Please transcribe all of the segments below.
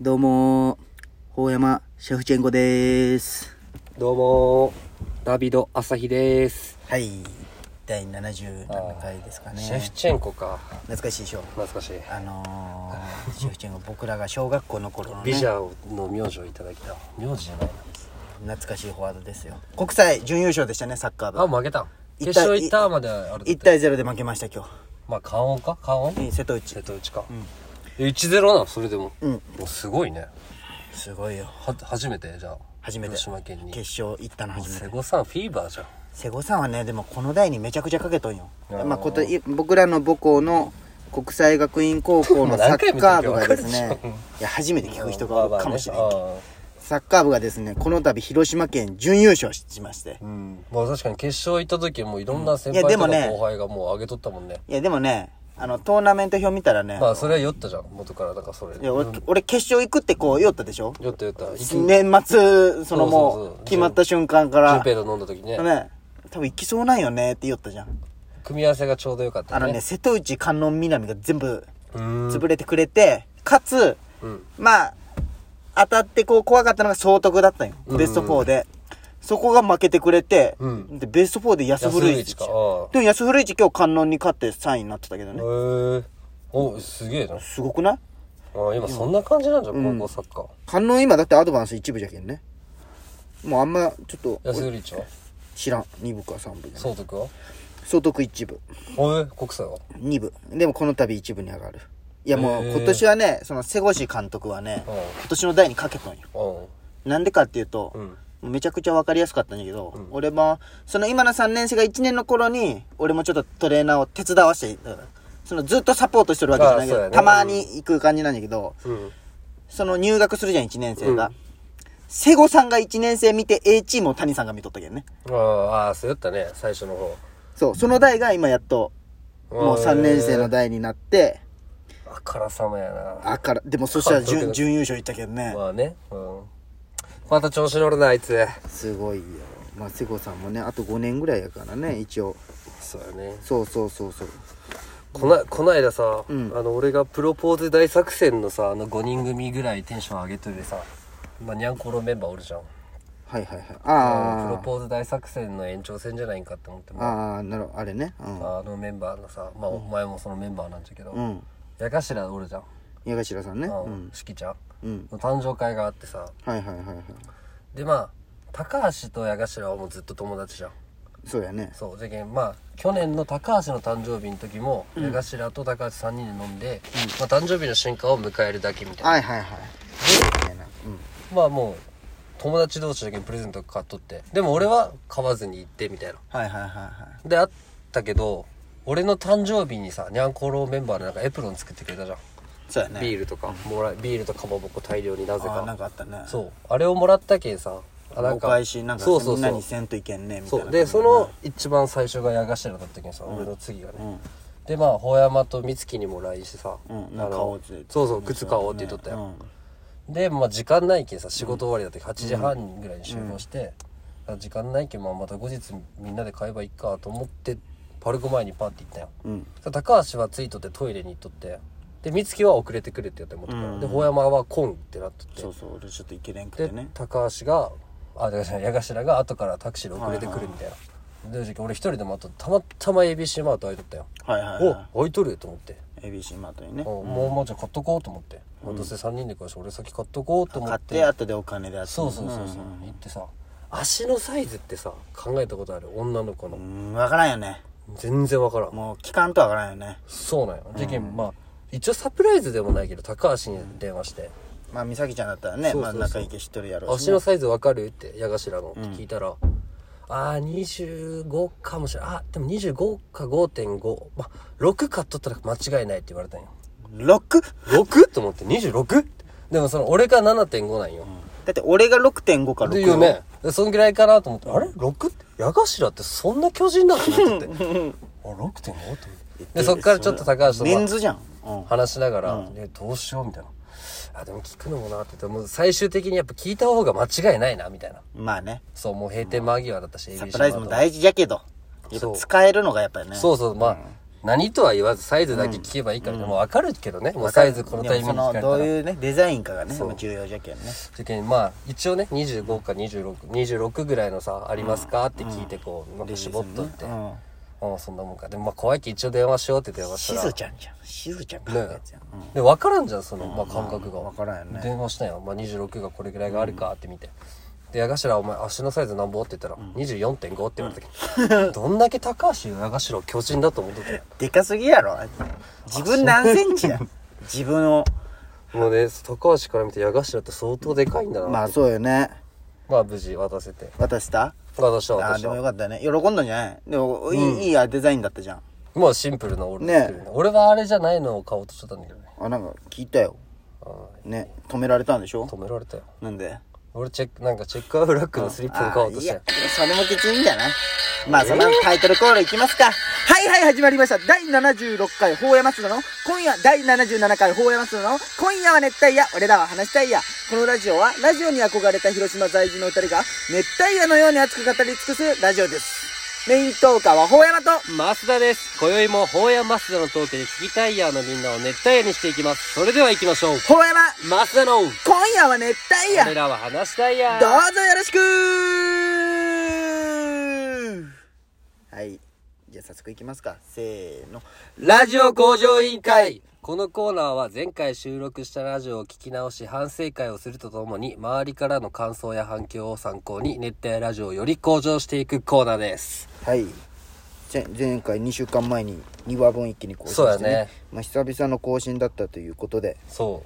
どうもー、ほうやまシェフチェンコでーす。どうもーダビド朝日です、はい、第77回ですかね。シェフチェンコか懐かしいでしょ。懐かしいあの ー、シェフチェンコ、僕らが小学校の頃のね、ビジ懐ャーの名字をいただきた名字じゃないかしいフォワードですよ。国際準優勝でしたね、サッカーなあ部。負けた一対決勝行ったまである1対0で負けました、今まあ関音か関音日。うん、瀬戸内瀬。戸内か、え1-0なのそれでも、うんもうすごいねすごいよ。は初めてじゃあ初めて。広島県に決勝行ったの初めて瀬。古さんフィーバーじゃん瀬古さんはねでもこの代にめちゃくちゃかけとんよあーまあ、ことい僕らの母校の国際学院高校ものうサ何回ッ見カたー部けどがですわねかるでしいや初めて聞く人がおるかもしれんまあけまどあねサッカー部がですねこの度広島県準優勝しましてあーうんまあ確かに決勝行った時もいろんな先いやで輩もとかね後輩がもう上げとったもんねいやでもねあのトーナメント表見たらね、まあそれは酔ったじゃん元からだからそれいや俺俺決勝行くってこう言おったでしょ酔った酔った行き年末そのそうそうもそうう決まった瞬間か純ら平と飲んだ時ねね多分行きそうなんよねって言おったじゃん組み合わせがちょうどよかっあたのね瀬戸内観音南が全部うーん潰れてくれて、かつ、うんまあ、当たってこう怖かったのが総督だったんよ。ベスト4で。そこが負けてくれて、うんで、ベスト4で安古市安古市かああでも安古市今日観音に勝って3位になってたけどへね。えおすげえなあすごくないー今そんな感じなんじゃん高校サッカー観音今だってアドバンス一部じゃけんね。もうあんま、ちょっと、安売りちゃん知らん。2部か3部だね。総督は総督一部。おえ国際は2部。でもこの度一部に上がる。いやもうへえ今年はね、その瀬越監督はね、うん今年の代にかけとんよ。うなんでかっていうと、んうんめちゃくちゃ分かりやすかったんだけど、俺もその今の3年生が1年の頃に俺もちょっとトレーナーを手伝わせてだからそのずっとサポートしてるわけじゃないけど、ああそうだねたまに行く感じなんだけど、うんその入学するじゃん1年生が、うん瀬古さんが1年生見て A チームを谷さんが見とったけどねあーあーそうやったね最初の方そうその代が今やっともう3年生のだ代になって、あからさまやなあからでもそしたらかっこ準よく準優勝いったけどね、まあねうんまた調子乗るなあいつすごいよまあ瀬古さんもねあと5年ぐらいやからね一応そうやねそうそうそうそうこなこないださ、んあの俺がプロポーズ大作戦のさあの5人組ぐらいテンション上げといてさ、まあ、にゃんころメンバーおるじゃんはいはいはいああプロポーズ大作戦の延長戦じゃないんかって思ってもああなるほどあれねうん、あのメンバーのさ、まあ、お前もそのメンバーなんじゃけど、うん、やかしらおるじゃん、矢頭さんねあのうん、しきちゃんうん、の誕生会があってさはいはいはいはいでまあ高橋と矢頭はもうずっと友達じゃんそうやねそうじゃけんまあ去年の高橋の誕生日の時も矢頭と高橋3人で飲んで、まあ、誕生日の瞬間を迎えるだけみたいなはいはいはいみたいなうんまあもう友達同士だけプレゼント買っとってでも俺は買わずに行ってみたいなはいはいはいはいであったけど俺の誕生日にさニャンコロメンバーでなんかエプロン作ってくれたじゃん、そうやねビーールとかもらいビールとかまぼっこ大量になぜあーなかんかあったねうそうあれをもらったけんさあお返しなんかそうそうみんそなにうせんといけんねみたいなそうでその一番最初が矢頭だったけんさ、俺の次がね、でまあ法山と美月にも LINE してさ、うんあなんか買おうっのて言ってそうそう靴買おうって言っとったよ、うんで、まあ、時間ないけんさ仕事終わりだって8時半ぐらいに集合して、あ時間ないけん、まあ、また後日みんなで買えばいいかと思ってパルコ前にパッて行ったよ、うんそしたら高橋はついとってトイレに行っとってで美月は遅れてくるってやったよ元から、で法山は「コン」ってなっとってそうそう俺ちょっといけれんくで、てね高橋があだから矢頭が後からタクシーで遅れてくるみたいな、で正直俺一人で待っとってたまたま ABC マート開いとったよ、はいはいはお開いとるよと思ってい ABC マートにねもうもうもうじゃあ買っとこうと思って、まあどうせ3人で買うし俺先買っとこうと思買っってて後でお金であそうそうそうそう行ってさ足のサイズってさ考えたことある女の子のうん分からんよね全然わからんもう期間とは分からんよねそうなんよ事件まあ一応サプライズでもないけど高橋に電話してまあ美咲ちゃんだったらねそうまそうあそ仲ういいけ知っとるや「ろうし足のサイズわかる?」って矢頭のって聞いたら「ああ25かもしれないあでも25か5.5まあ6買っとったら間違いない」って言われたんよ 6? 6? と思って 26? でもその俺が7.5なんよ、だって俺が6.5か6っていうね。でそんぐらいかなと思って、あれ ?6 って、矢頭ってそんな巨人なのと思ってて。あ、6.5? と思って。で、そっからちょっと高橋とメンまズじゃん、うんあ話しながら、えどうしようみたいな。あ、でも聞くのもなって言って、もう最終的にやっぱ聞いた方が間違いないな、みたいな。まあねそう、もう閉店間際だったし、サ ABC プライズも窓大事じゃけどやっぱそう使えるのがやっぱりねそうそう、まあ、何とは言わずサイズだけ聞けばいいから、もう分かるけどね、もうサイズこのタイミングででも聞そかのれたどらういうねデザインかがねそう重要じゃけんね時にまあ一応ね25か2626ぐらいのさありますかって聞いてこう、なんか絞っとって、うんああそんなもんかでもまあ怖いけど一応電話しようって電話ししたらずちゃんじゃんしずちゃんかねやつやんうんで分からんじゃんその、まあ、感覚が、分からんよね電話したんよ、まあ、26がこれぐらいがあるかって見て、で矢頭お前足のサイズなんぼって言ったら、24.5って言われたけ ど、どんだけ高橋矢頭を巨人だと思っとったよでかすぎやろ自分何センチや自分をもうね高橋から見て矢頭って相当でかいんだなってまあそうよねまあ無事渡せて渡した渡したあ渡あでしたもよかったね喜んだんじゃないでもいい,、いいやデザインだったじゃんまあシンプルな俺ね作るね俺はあれじゃないのを買おうとしてたんだけどねあなんか聞いたよあね止められたんでしょ止められたよなんで俺チェックなんかチェックアウトラックのスリップを買おうとあいしやたよそれもきついんじゃないまあそのタイトルコールいきますかはいはい始まりました第76回法山松田の今夜第77回法山松田の今夜は熱帯夜俺らは話したいやこのラジオはラジオに憧れた広島在住の二人が熱帯夜のように熱く語り尽くすラジオですメイントーカーは法山と増田です今宵も法や増田のトークで聞きたいやーのみんなを熱帯夜にしていきますそれでは行きましょう法山増田の今夜は熱帯夜俺らは話したいやどーうぞよろしくはい。じゃあ早速いきますか。せーの。ラジオ向上委員会このコーナーは前回収録したラジオを聞き直し反省会をするとともに周りからの感想や反響を参考に熱帯ラジオをより向上していくコーナーですはい。前前回2週間前に2話分一気に更新して、そうね。だねまあ久々の更新だったということで、そ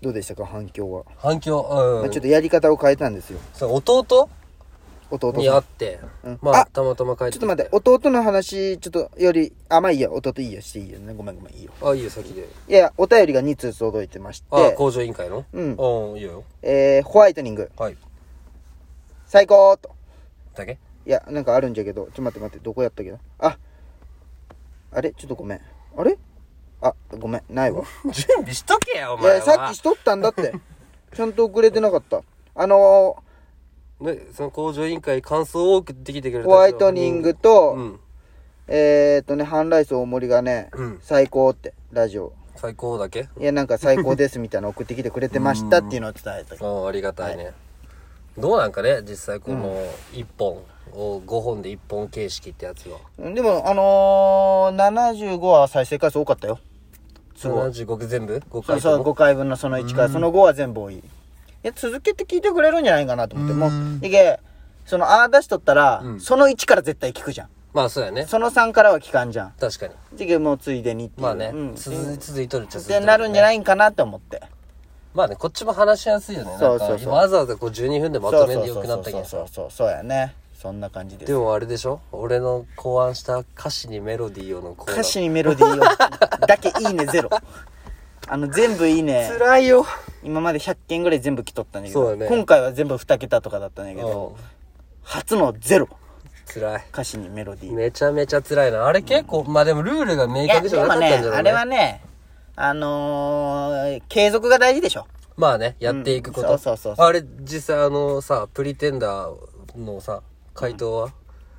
うどうでしたか反響は。反響まうあんちょっとやり方を変えたんですよ。そう弟弟さん。にち会ょって、うんまああたまたま帰ってっと待って、弟の話、ちょっとより、あ、まあいいや、弟いいよ、していいよね。ごめんごめん、いいよ。あいいよ先でいや、お便りが2通届いてましあて、工場委員会のうんうんいいよえー、ホワイトニング、はい最高と。だけいや、なんかあるんじゃけど、ちょっと待って待って、どこやったっけど。あ、あれちょっとごめん。あれあ、ごめん、ないわ。準備しとけよおい前や、はさっきしとったんだ って。ちゃんと遅れてなかった。あのねその工場委員会感想を送ってきてくれー、たホワイトニングと、うんえーっとね、ハンライス大盛りがね、うん最高って、ラジオ。最高だけいや、なんか最高ですみたいなの送ってきてくれてましたっていうのを伝えた。ああありがたいね、どうなんかね実際この1本を5本で1本形式ってやつはでも、あのー、75は再生回数多かったよ。すごい。 75全部5そう回そとう、も5回分のその1回、その5は全部多い。え、続けて聞いてくれるんじゃないかなと思って、もう、いけ、その、ああ出しとったら、うんその1から絶対聞くじゃん。まあそうやねその3からは聞かんじゃん。確かにじゃけもうついでにっていう。まあね、うん。続い続いとるっちゃ続で、いとる、ね、なるんじゃないんかなって思って。まあねこっちも話しやすいよねそうなんそかうそう今わざわざこう12分でまとめんでよくなったけそうそどうそうそうそう、そうやね。そんな感じですで。もあれでしょ俺の考案した歌詞にメロディーをのコーナー歌詞にメロディーを、だけいいねゼロ。あの、全部いいね。辛いよ今まで100件ぐらい全部来とったんだけそうど、だね今回は全部2桁とかだったんだけど、初のゼロ。辛い歌詞にメロディー。めちゃめちゃ辛いなあれ結構、まあでもルールが明いや確でじゃなもかったんねじゃない、あれはね、あのー、継続が大事でしょ。まあねやっていくこと、うんそうそうそあれ実際あのさプリテンダーのさ回答は、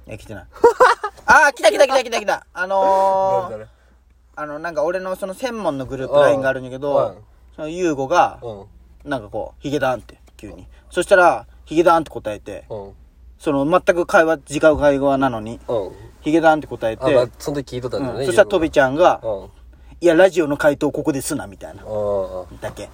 いや、来てない。ああ、来た来た来た来た来た。あの誰ー、々あの、なんか俺のその専門のグループ LINE があるんだけうんど、そのユーゴが、うなんかこう、ヒゲダンって、急に。そしたら、ヒゲダンって答えて、んうんその全く会話、違う会話なのに、うんヒゲダンって答えて、あまあその時聞いとったんだよね、うんそしたらトビちゃんがう、んうんいや、ラジオの回答ここですな、みたいな。だけ。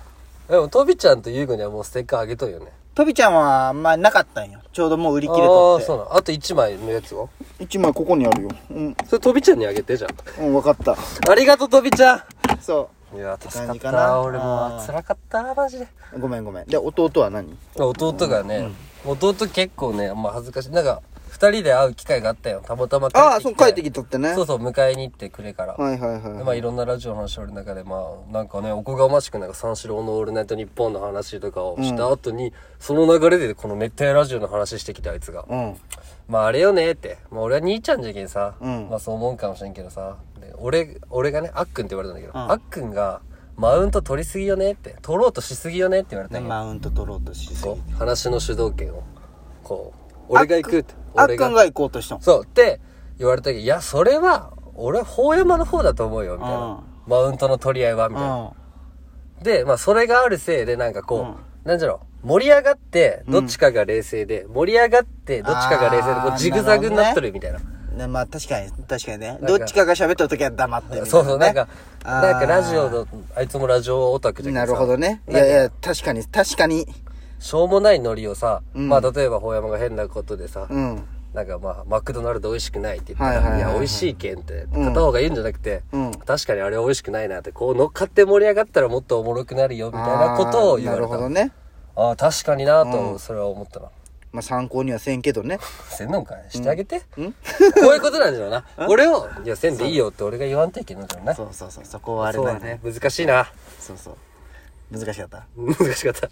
でもトビちゃんとユーゴにはもうステッカーあげとるよねトビちゃんは、まあ、なかったんよ。ちょうどもう売りあ切れとあってそう。なのあと1枚のやつは一枚ここにあるよ。うん、それトビちゃんにあげてじゃんうん、わかった。ありがとうトビちゃんそいや助か感っじかたな俺もあー辛かったマジでう。ごめんごめん。で、弟は何弟がね、弟結構ね、まあ、恥ずかしいなんか2人で会う機会があったよたまたま帰ああ、ってそきう、て帰ってきたってね。そうそう迎えに行ってくれから、はいはいはい。でまあいろんなラジオの話をる中でまあなんかねおこがましくなんか三四郎の「オールナイトニッポン」の話とかをした後に、その流れでこの熱帯ラジオの話してきてあいつがうん。 「まああれよね」って、まあ、俺は兄ちゃんじゃけんさ、うんまあそう思うんかもしれんけどさで俺俺がねあっくんって言われたんだけど、うんあっくんが「マウント取りすぎよね」って取ろうとしすぎよねって言われたんよマウント取ろうとしすぎこう話の主導権をこう俺が行くってあっ俺くんが行こうとしたの。そうって言われたけどいやそれは俺、法山の方だと思うよ、みたいうんな。マウントの取り合いは、みたいな。うんで、まあ、それがあるせいで、なんかこう、なんじゃろう、盛り上がって、どっちかが冷静で、盛り上がって、どっちかが冷静で、こあーう、ジグザグになっとるみたいな。ね、まあ確かに確かにねかどっちかが喋ってる時は黙ってみたいなねそうそう、なんか、あーなんかラジオの、あいつもラジオオタクじゃけなさるほどねいなんかやいや確かに確かにしょうもないノリをさ、うんまあ、例えば、法山が変なことでさ、うんなんかまあ、マクドナルド美味しくないって言ったはいはいら、はいいはいや、美味しいけんって、うん片方が言うんじゃなくてうん、確かにあれ美味しくないなって、こう乗っかって盛り上がったらもっとおもろくなるよ、みたいなことを言わあーなるれほどた。ねああ、確かになうと、んそれは思ったな。まあ参考にはせんけどねせんのんかいしてあげて。んこういうことなんだろうな。俺を、いや、せんでいいよって俺が言わんといけないんだろうな。そうそうそうそこはあれそうだだよねね。難しいな。そうそう難しかった難し かった。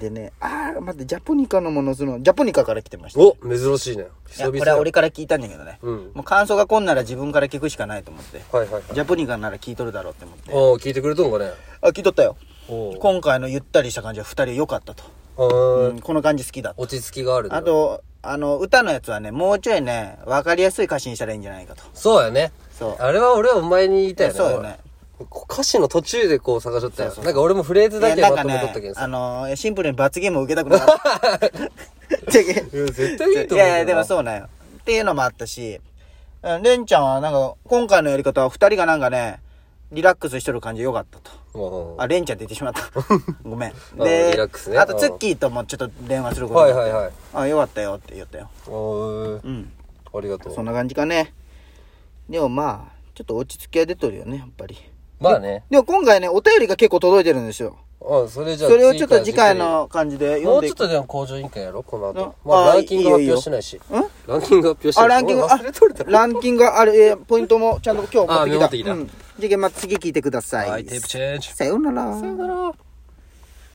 でねああ待ってジャポニカのものそのジャポニカから来てましたいお珍しいね。久や々。これは俺から聞いたんだけどね、うんもう感想がこんなら自分から聞くしかないと思ってはいはいはい。ジャポニカなら聞いとるだろうって思っておー聞いてくれとんかね。あ聞いとったよおー今回のゆったりした感じは2人良かったと、あーうんこの感じ好きだと落ち着きがあるねあとあの歌のやつはねもうちょいね分かりやすい歌詞にしたらいいんじゃないかとそうやね。そうあれは俺はお前に言いたいよね。そうよねこう。歌詞の途中でこう探しとったよ。なんか俺もフレーズだいけやまなんかとめとったけねどあさ。のシンプルに罰ゲームを受けたくなか った違ういや絶対いいと思うけどな。ややでもそうなんよっていうのもあったしうんレンちゃんはなんか今回のやり方は2人がなんかねリラックスしとる感じ良かったとうん。あレンちゃんって言ってしまった ごめんあでリラックスねあとツッキーともちょっと電話することはいになっはていはい。あよかったよって言ったよおーうんありがとそ。うんな感じかね。でもまあ、ちょっと落ち着きは出とるよね、やっぱり。まあね。でも今回ね、お便りが結構届いてるんですよ。あそれじゃあそれをちょっと次回の感じでも読んうでいちょっく。とでも工場委員会やろこの後。あまああランキング発表しないし。ランキング発表しないし。あ、ランキング、俺あ忘れとるだ、ろ。ランキング、あれ、えーポイントもちゃんと今日持ってきた。あメモってきたうんじゃあ、まあ次聞いてください。はい、テープチェンジ。さようなら。さようなら。さよなら